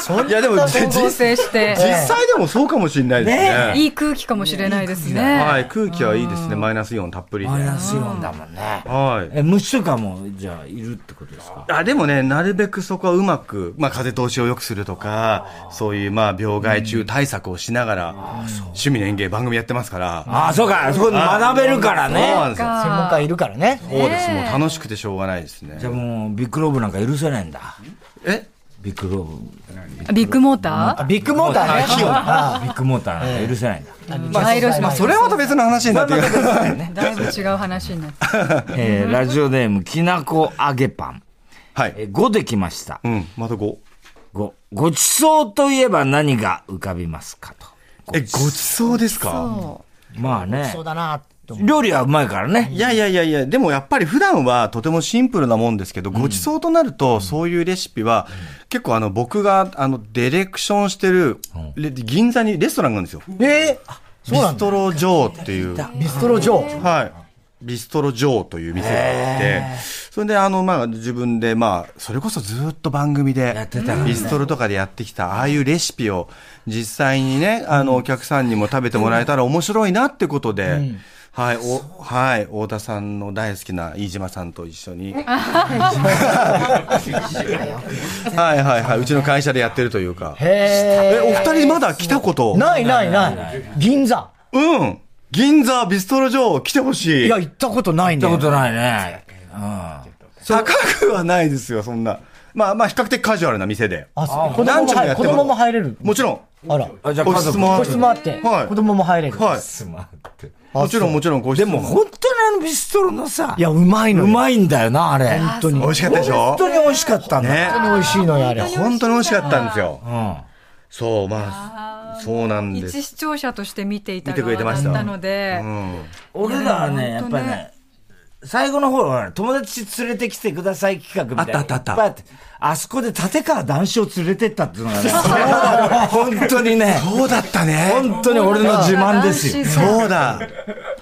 S1: そん
S3: いや、でも、じ実
S4: 合
S3: 実
S4: 成して。
S3: 際でもそうかもしれないですね。
S4: いい空気かもしれないですね。
S3: はい。空気はいいですね。マイナスイオンたっぷりで。
S2: マイ
S3: は
S2: ナスイオンだもんね。
S3: い。
S2: え、虫とかも、じゃあ、いるってことですか
S3: あでもね、なるべくそこはうまく、まあ、風通しを良くするとか、そういう、まあ、病害虫対策をしながら、趣味の園芸番組やってますから、
S2: ああ、そうか、そこで学べるから
S3: そうな
S2: ね。
S3: んですよ。
S1: 専門家いるからね。
S3: そうです。もう楽しくてしょうがないですね
S2: じゃ。あもう、ビッグローブなんか許せないんだ。
S3: え
S2: ビッグローブ。
S4: ビッグモータ
S1: あビッグモーターね。あ
S2: ビッグモーターなんか許せないんだ。
S4: ー大色し
S3: ま
S4: ま
S3: あ、
S4: す
S3: それはまた別の話になってくる。
S4: だいぶ違う話になって。
S2: えーラジオネーム、きなこ揚げパン。
S3: は
S2: え
S3: い。
S2: ー、5できました。
S3: うん、またこう。
S2: 5。ごちそうといえば何が浮かびますかと。
S3: え、ごちそうですか
S2: まあね
S1: そう。だなと思
S2: 料理はうまいからね。
S3: いやいやいやいや、でもやっぱり普段はとてもシンプルなもんですけど、ごちそうとなると、そういうレシピは、結構あの、僕が、あの、ディレクションしてる、レ銀座にレストランがあるんですよ。
S1: う。えー、あそう
S3: ビ
S1: な
S3: ス
S1: んだ。
S3: トロジョーっていう、
S1: ビストロジョー。
S3: はい。ビストロジョーという店があって、それであの、まあ、自分で、まあ、それこそずっと番組
S2: やっ
S3: で
S2: てたから、ね
S3: ビストロとかでやってきた、ああいうレシピを実際にね、あの、お客さんにも食べてもらえたら面白いなってことで、はい、お、はい、太田さんの大好きな飯島さんと一緒に。はいはいはい、うちの会社でやってるというか。
S1: へ
S3: え、お二人まだ来たこと
S1: ー。ないないない。銀座。
S3: うん。銀座ビストロジョー来てほしい。
S1: いや、行ったことない
S2: 行
S1: ね
S2: ったこ。とないね。うん。
S3: 高くはないですよ、そんな。まあまあ、比較的カジュアルな店で。
S1: あ、そう子供
S3: 男
S1: も入
S3: 女もやって
S1: 子
S3: も
S1: 供も入れる。
S3: もちろん。
S1: あら。
S2: あ、じゃあ
S3: 個
S2: 家
S3: 室
S2: 族
S3: もあ
S1: 個
S3: る
S1: 室もあって、
S3: はい
S1: 子供も入れる。
S3: はい。
S2: すまんって
S3: もちろん、もちろん、個室
S2: でも、本当にあのビストロのさ、
S1: いや、うまいの
S2: う
S1: よ。
S2: まいんだよな、あれ。
S1: 本当に。
S3: 美味しかったでしょ
S2: 本当に美味しかったんだ。
S3: ね。
S1: 美味しいのよ、あれ。
S3: 本当に美味しかったんですよ。
S2: うん。
S3: そう、まあ、そうなんで
S4: 一
S3: す。
S4: 視聴者として見ていた
S3: 見てくれてま
S4: 側だ
S3: し
S4: ったたので、
S2: 俺らはね、
S4: い
S2: や
S4: や
S2: っ
S4: 本
S2: ぱ
S4: 当
S2: り
S4: ね
S2: ね、最後の方は友達連れてきてください企画みたいな。
S3: あったあったあった
S2: いぱいてあそこで立川談笑連れてったっていうのがね、 *laughs* 本当にね、
S3: そうだったね。
S2: 本当に俺の自慢ですよ。
S4: よ
S3: そうだ。
S1: ね。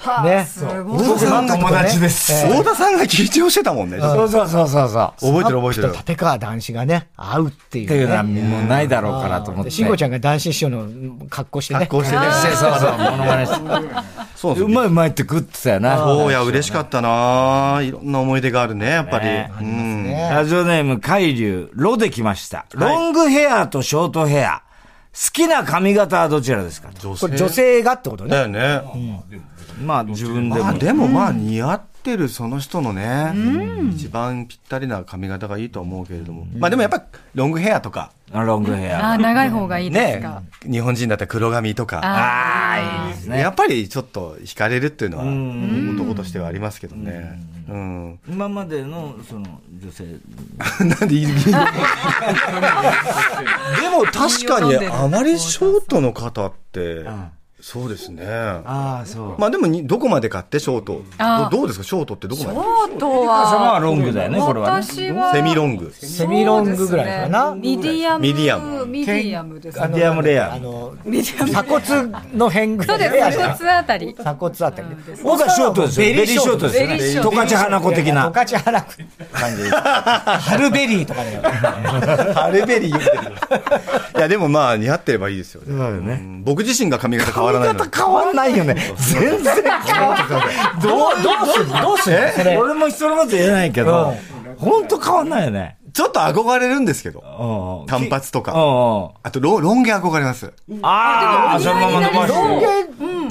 S3: 大田さんの友達です。大田さんが緊張してたもんね。覚
S2: そうそうそうそうそう。
S3: えてる覚えて
S1: スナップ
S3: る
S1: と。立川談志がね、会うってい
S2: っていう
S1: う
S2: のは
S1: ね。
S2: もうないだろうからと思って。
S1: で慎吾ちゃんが談志師匠の格好してね。
S3: こうしてね。
S2: そうそうそう、モノマネして
S3: そう
S2: うまいうまいって食ってたよな。
S3: おや、嬉しかったないろんな思い出があるね、やっぱり。
S2: ね
S3: うん。
S2: ラジオネーム、海流、ロできました。ロングヘアとショートヘア。好きな髪型はどちらですかと
S1: これ女性がってことね。
S3: だよね。
S2: まあ、自分で
S3: ま
S2: も
S3: あ。でもまあ似合ってるその人のね、一番ぴったりな髪型がいいと思うけれども。まあでもやっぱロングヘアとか、
S2: ロングヘ
S4: あ
S2: ア。
S4: ー長い方がいいです
S3: ね
S4: か。、
S3: 日本人だったら黒髪とか、
S2: ああ、いいですね。
S3: やっぱりちょっと惹かれるっていうのは男としてはありますけどね。うん。
S2: 今までの、その、女性。
S3: なん *laughs* でいいでも確かにあまりショートの方って、そうですね。
S2: ああ、そう。
S3: まあでもにどこまでかってショート
S4: あー
S3: どどうですかショートってどこまで
S4: あと
S2: まあ、
S4: は、
S2: ロングだよね、これはね。
S4: 私は、
S3: セミロング
S1: セミロングぐらいかな。
S4: ミディアム。
S3: ミディアム
S4: ミディアムです
S1: あ
S4: ね。
S1: の
S2: ディアムレア
S1: あの、
S4: ミディアム。
S1: 鎖骨の辺ぐ
S4: そ
S1: ら
S4: う
S1: い。
S4: です、
S1: レアじゃな
S4: 鎖
S1: い
S4: 骨あたり。
S1: 鎖骨あったり。
S2: 僕はショートですよ。ベ
S1: ベ
S2: リ
S1: リ
S2: ー
S1: ー
S2: シ
S1: シ
S2: ョ
S1: ョ
S2: ー
S1: ート
S2: トですよ
S4: ベリーショ
S2: ね。
S4: ー
S2: ト
S4: ト
S2: カチ花子的
S1: ト
S2: な。
S1: カチハラク。春ベリーとかだよ。
S3: ハルベリー言ってる *laughs* いやでもまあ似合ってればいいですよね、
S2: だよね
S3: うん僕自身が髪型変わらないの
S2: 変わんないよね。全然変わんない。どう、どうするどうする
S1: それ
S2: 俺も人のこと言えないけど、ほんと変わんないよね。
S3: ちょっと憧れるんですけど
S2: うん
S3: 短髪と
S2: うん
S3: かあとロロン毛憧れます
S2: うん。ああ、そのまま伸ば
S1: ロン
S2: して。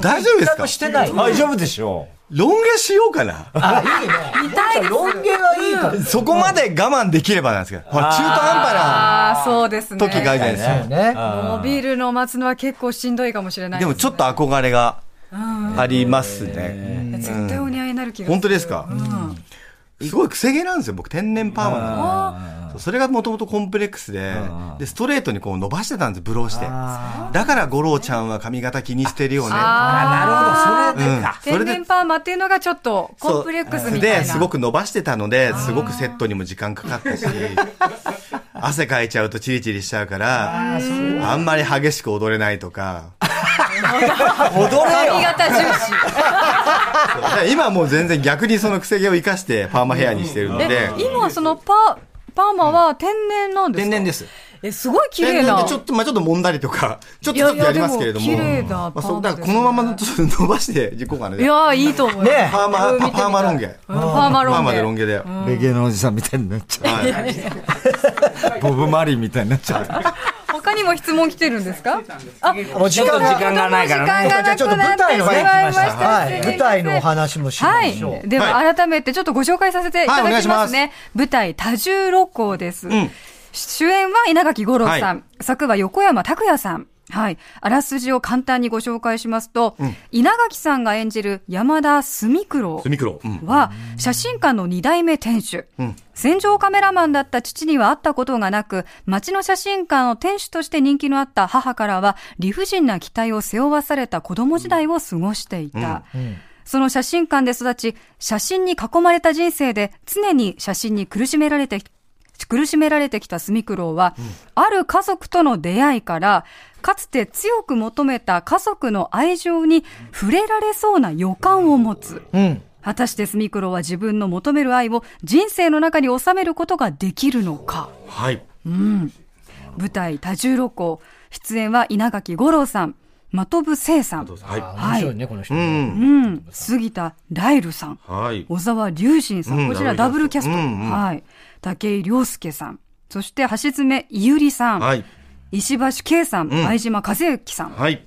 S1: 毛
S3: 大丈夫ですか
S1: してない。
S2: 大丈夫でしょ
S3: ロン毛しようかな
S1: あ、いいね。
S4: 痛いです。
S1: ロン毛はいいから。
S3: そこまで我慢できればなんですけどほら中途半
S4: ああ、そうですね。
S3: 端な時があるじゃないですか、
S1: そうね。
S4: 伸びるのを待つのは結構しんどいかもしれない
S3: でもちょっと憧れがありますね、
S4: 絶対お似合いになる気がする。
S3: 本当ですか、すごい癖毛なんですよ、僕、天然パーマなんでそう。それがもともとコンプレックスで、で、ストレートにこう伸ばしてたんですよ、ブローして。だから五郎ちゃんは髪型気にしてるよね。
S2: あなるほど、それでか。
S3: うんそれ
S4: 天
S3: で
S4: 然パーマっていうのがちょっとコンプレックスみたいな。
S3: で、すごく伸ばしてたので、すごくセットにも時間かかった
S2: *laughs*
S3: し、汗かいちゃうとチリチリしちゃうから、あんまり激しく踊れないとか。
S2: 踊れ
S4: 髪型重視。
S3: だから今はもう全然逆にその癖毛を生かしてパーマヘアにしてるので
S4: え、、今そのパ、パーマは天然なんですか
S3: 天然です。
S4: え、すごい綺
S3: 天
S4: 麗
S3: 然
S4: な。
S3: でちょっと、まあちょっと揉んだりとか、 *laughs* ちょっと
S4: い
S3: ち
S4: や
S3: ょっとやりますけれども。
S4: いやでも綺麗な
S3: まあ
S4: パー
S3: そ
S4: マ
S3: う、だからこのままちょっと伸ばしていこうかな。
S4: いやー、いいと思います。
S1: ね
S3: パーマ
S4: 見てみたい
S3: パーマロン毛
S4: うんパーマロン毛。
S3: パーマでロン毛で。
S2: レゲエのおじさんみたいになっちゃう。ボブ・マリーみたいになっちゃう。
S4: 他にも質問来てるんですかあ、
S1: もう時間が
S2: 時間がないからね
S4: 時間がなくなってしまいました。
S1: はい、舞台のお話もしま
S4: は
S1: しょう。
S4: い。では、改めてちょっとご紹介させていただきますね。
S3: は
S4: 舞台、多重露光です。主演は稲垣吾郎さん、
S3: は
S4: 作は横山拓也さん。はい。あらすじを簡単にご紹介しますと、稲垣さんが演じる山田澄九郎。
S3: ミクロ。うん
S4: は写真館の2代目店主、戦場カメラマンだった父には会ったことがなく町の写真館の店主として人気のあった母からは理不尽な期待を背負わされた子供時代を過ごしていた、その写真館で育ち写真に囲まれた人生で常に写真に苦しめられてき苦しめられてきた住九郎は、ある家族との出会いから、かつて強く求めた家族の愛情に触れられそうな予感を持つ。果たして住九郎は自分の求める愛を人生の中に収めることができるのか。
S3: はい。
S4: 舞台多重露光。出演は稲垣吾郎さん、的部聖さ
S3: は
S4: ん、
S1: 面
S4: は
S1: 白い
S4: い、
S1: ね、この人。
S4: うん、杉田ライルさん、
S3: い。はい。
S4: 小沢龍神さん、
S3: うん
S4: こちらダブルキャスト、
S3: うんうん
S4: はい、武井良介さん、そして橋爪伊由里さん、
S3: はい。
S4: 石橋圭さん、相島和之さん。
S3: はい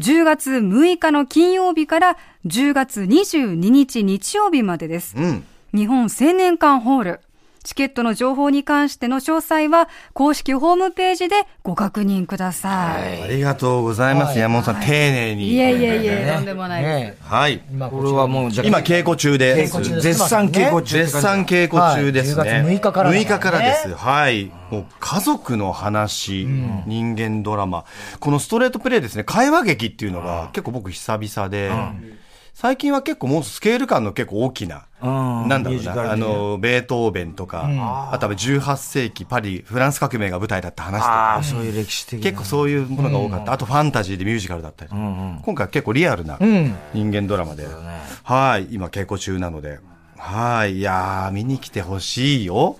S4: 10月6日の金曜日から10月22日日曜日までです。
S3: うん。
S4: 日本青年館ホール。チケットの情報に関しての詳細は公式ホームページでご確認ください。
S3: ありがとうございます、山本さん。丁寧
S4: い、え
S3: に。
S4: いえいえ、とんでもないで
S1: ね
S4: す。
S3: はい。
S1: 今
S2: こ
S1: こ
S2: れはもう、じゃあ
S3: 今、稽古中で
S1: 稽古中
S3: す
S1: で。す
S2: 絶賛稽古中って
S3: 絶
S2: 感じだ。
S3: 賛稽古中です
S1: は
S3: ね。
S1: い10月6日からだからね
S3: 6日からです。はい。もう家族の話、人間ドラマ。このストレートプレイですね、会話劇っていうのが結構僕久々で、最近は結構もうスケール感の結構大きな、
S2: うん
S3: なんだろ
S2: ミュ
S3: う
S2: ージカル
S3: な、
S2: 的な
S3: あの、ベートーベンとか、あとは18世紀パリ、フランス革命が舞台だった話と
S2: あ
S3: か
S2: あ、、そういう歴史的な。
S3: 結構そういうものが多かった。あとファンタジーでミュージカルだったりとか今回は結構リアルな人間ドラマで、はい、今稽古中なので、はい、いやー、見に来てほしいよ。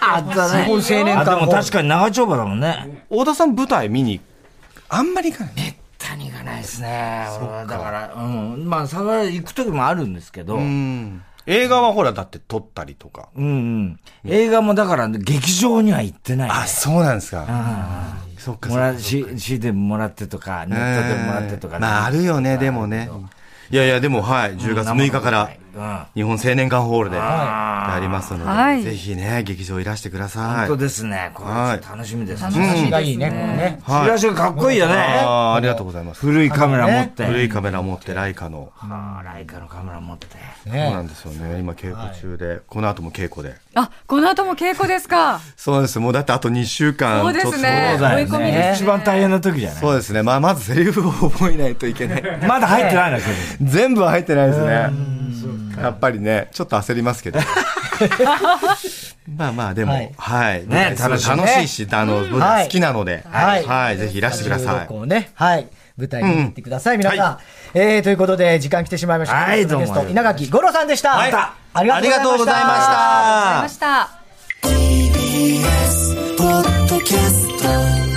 S2: あったね。
S1: 日本青年
S2: あ、で
S1: 館
S2: も
S1: ホール
S2: 確かに長丁場だもんね。
S3: 大田さん舞台見に、あんまり行かない。
S2: 谷がないですね。俺はだから、うん。まあ、佐賀行く時もあるんですけど、うん
S3: うん映画はほら、だって撮ったりとか。
S2: うん。映画もだから、劇場には行ってないね。
S3: あ、そうなんですか。そっか
S2: も、
S3: そっから
S2: C、でもらってとか、ネットでもらってとかね。
S3: まあ、あるよね、でもね。いやいや、でも、はい、10月6日から、
S2: ら。
S3: 日本青年館ホールで、
S2: はい
S3: やりますので、
S4: はい
S3: ぜひね、劇場いらしてくだ
S2: うん。
S3: さ
S2: 本
S3: い。
S2: 当ですね。これ
S3: はい
S2: ちょっと楽しみです
S4: 楽しみ
S2: ね。
S1: 話がいいね、これね。
S2: チラシがかっこいいよね。
S3: あーありがとうございます。
S2: 古いカメラ持って。
S3: 古いカメラ持って、ライカの。
S2: まあ、ライカのカメラ持って。
S3: そうな
S1: ね
S3: んですよね。今、稽古中で、この後も稽古で。
S4: あ、この後も稽古ですか。
S3: そうなんです。もうだってあと2週間。
S4: そうですね
S3: ちょっと
S4: 追い込みですね
S2: 一番大変な時じゃない
S3: そうですね。まあ、まずセリフを覚えないといけない。
S2: まだ入ってないんだけど。
S3: 全部は入ってないですね。やっぱりね、ちょっと焦りますけど。まあまあ、でも、
S1: は
S3: はいい。
S2: ね
S3: 楽
S2: 楽しい
S3: し
S2: ね
S3: いし、あの、僕好きなので、
S1: はい
S3: はい。ぜひいらしてくださ
S1: 16
S3: い。
S1: をね、はい。舞台に行ってください、皆さん。えーということで、時間来てしまいました。
S2: はい
S1: 本日のゲス
S2: どうも
S1: ト稲垣吾郎さんでした。
S2: はい
S1: ありがとうございました。
S4: ありがとうございました。
S5: TBS ポッドキャスト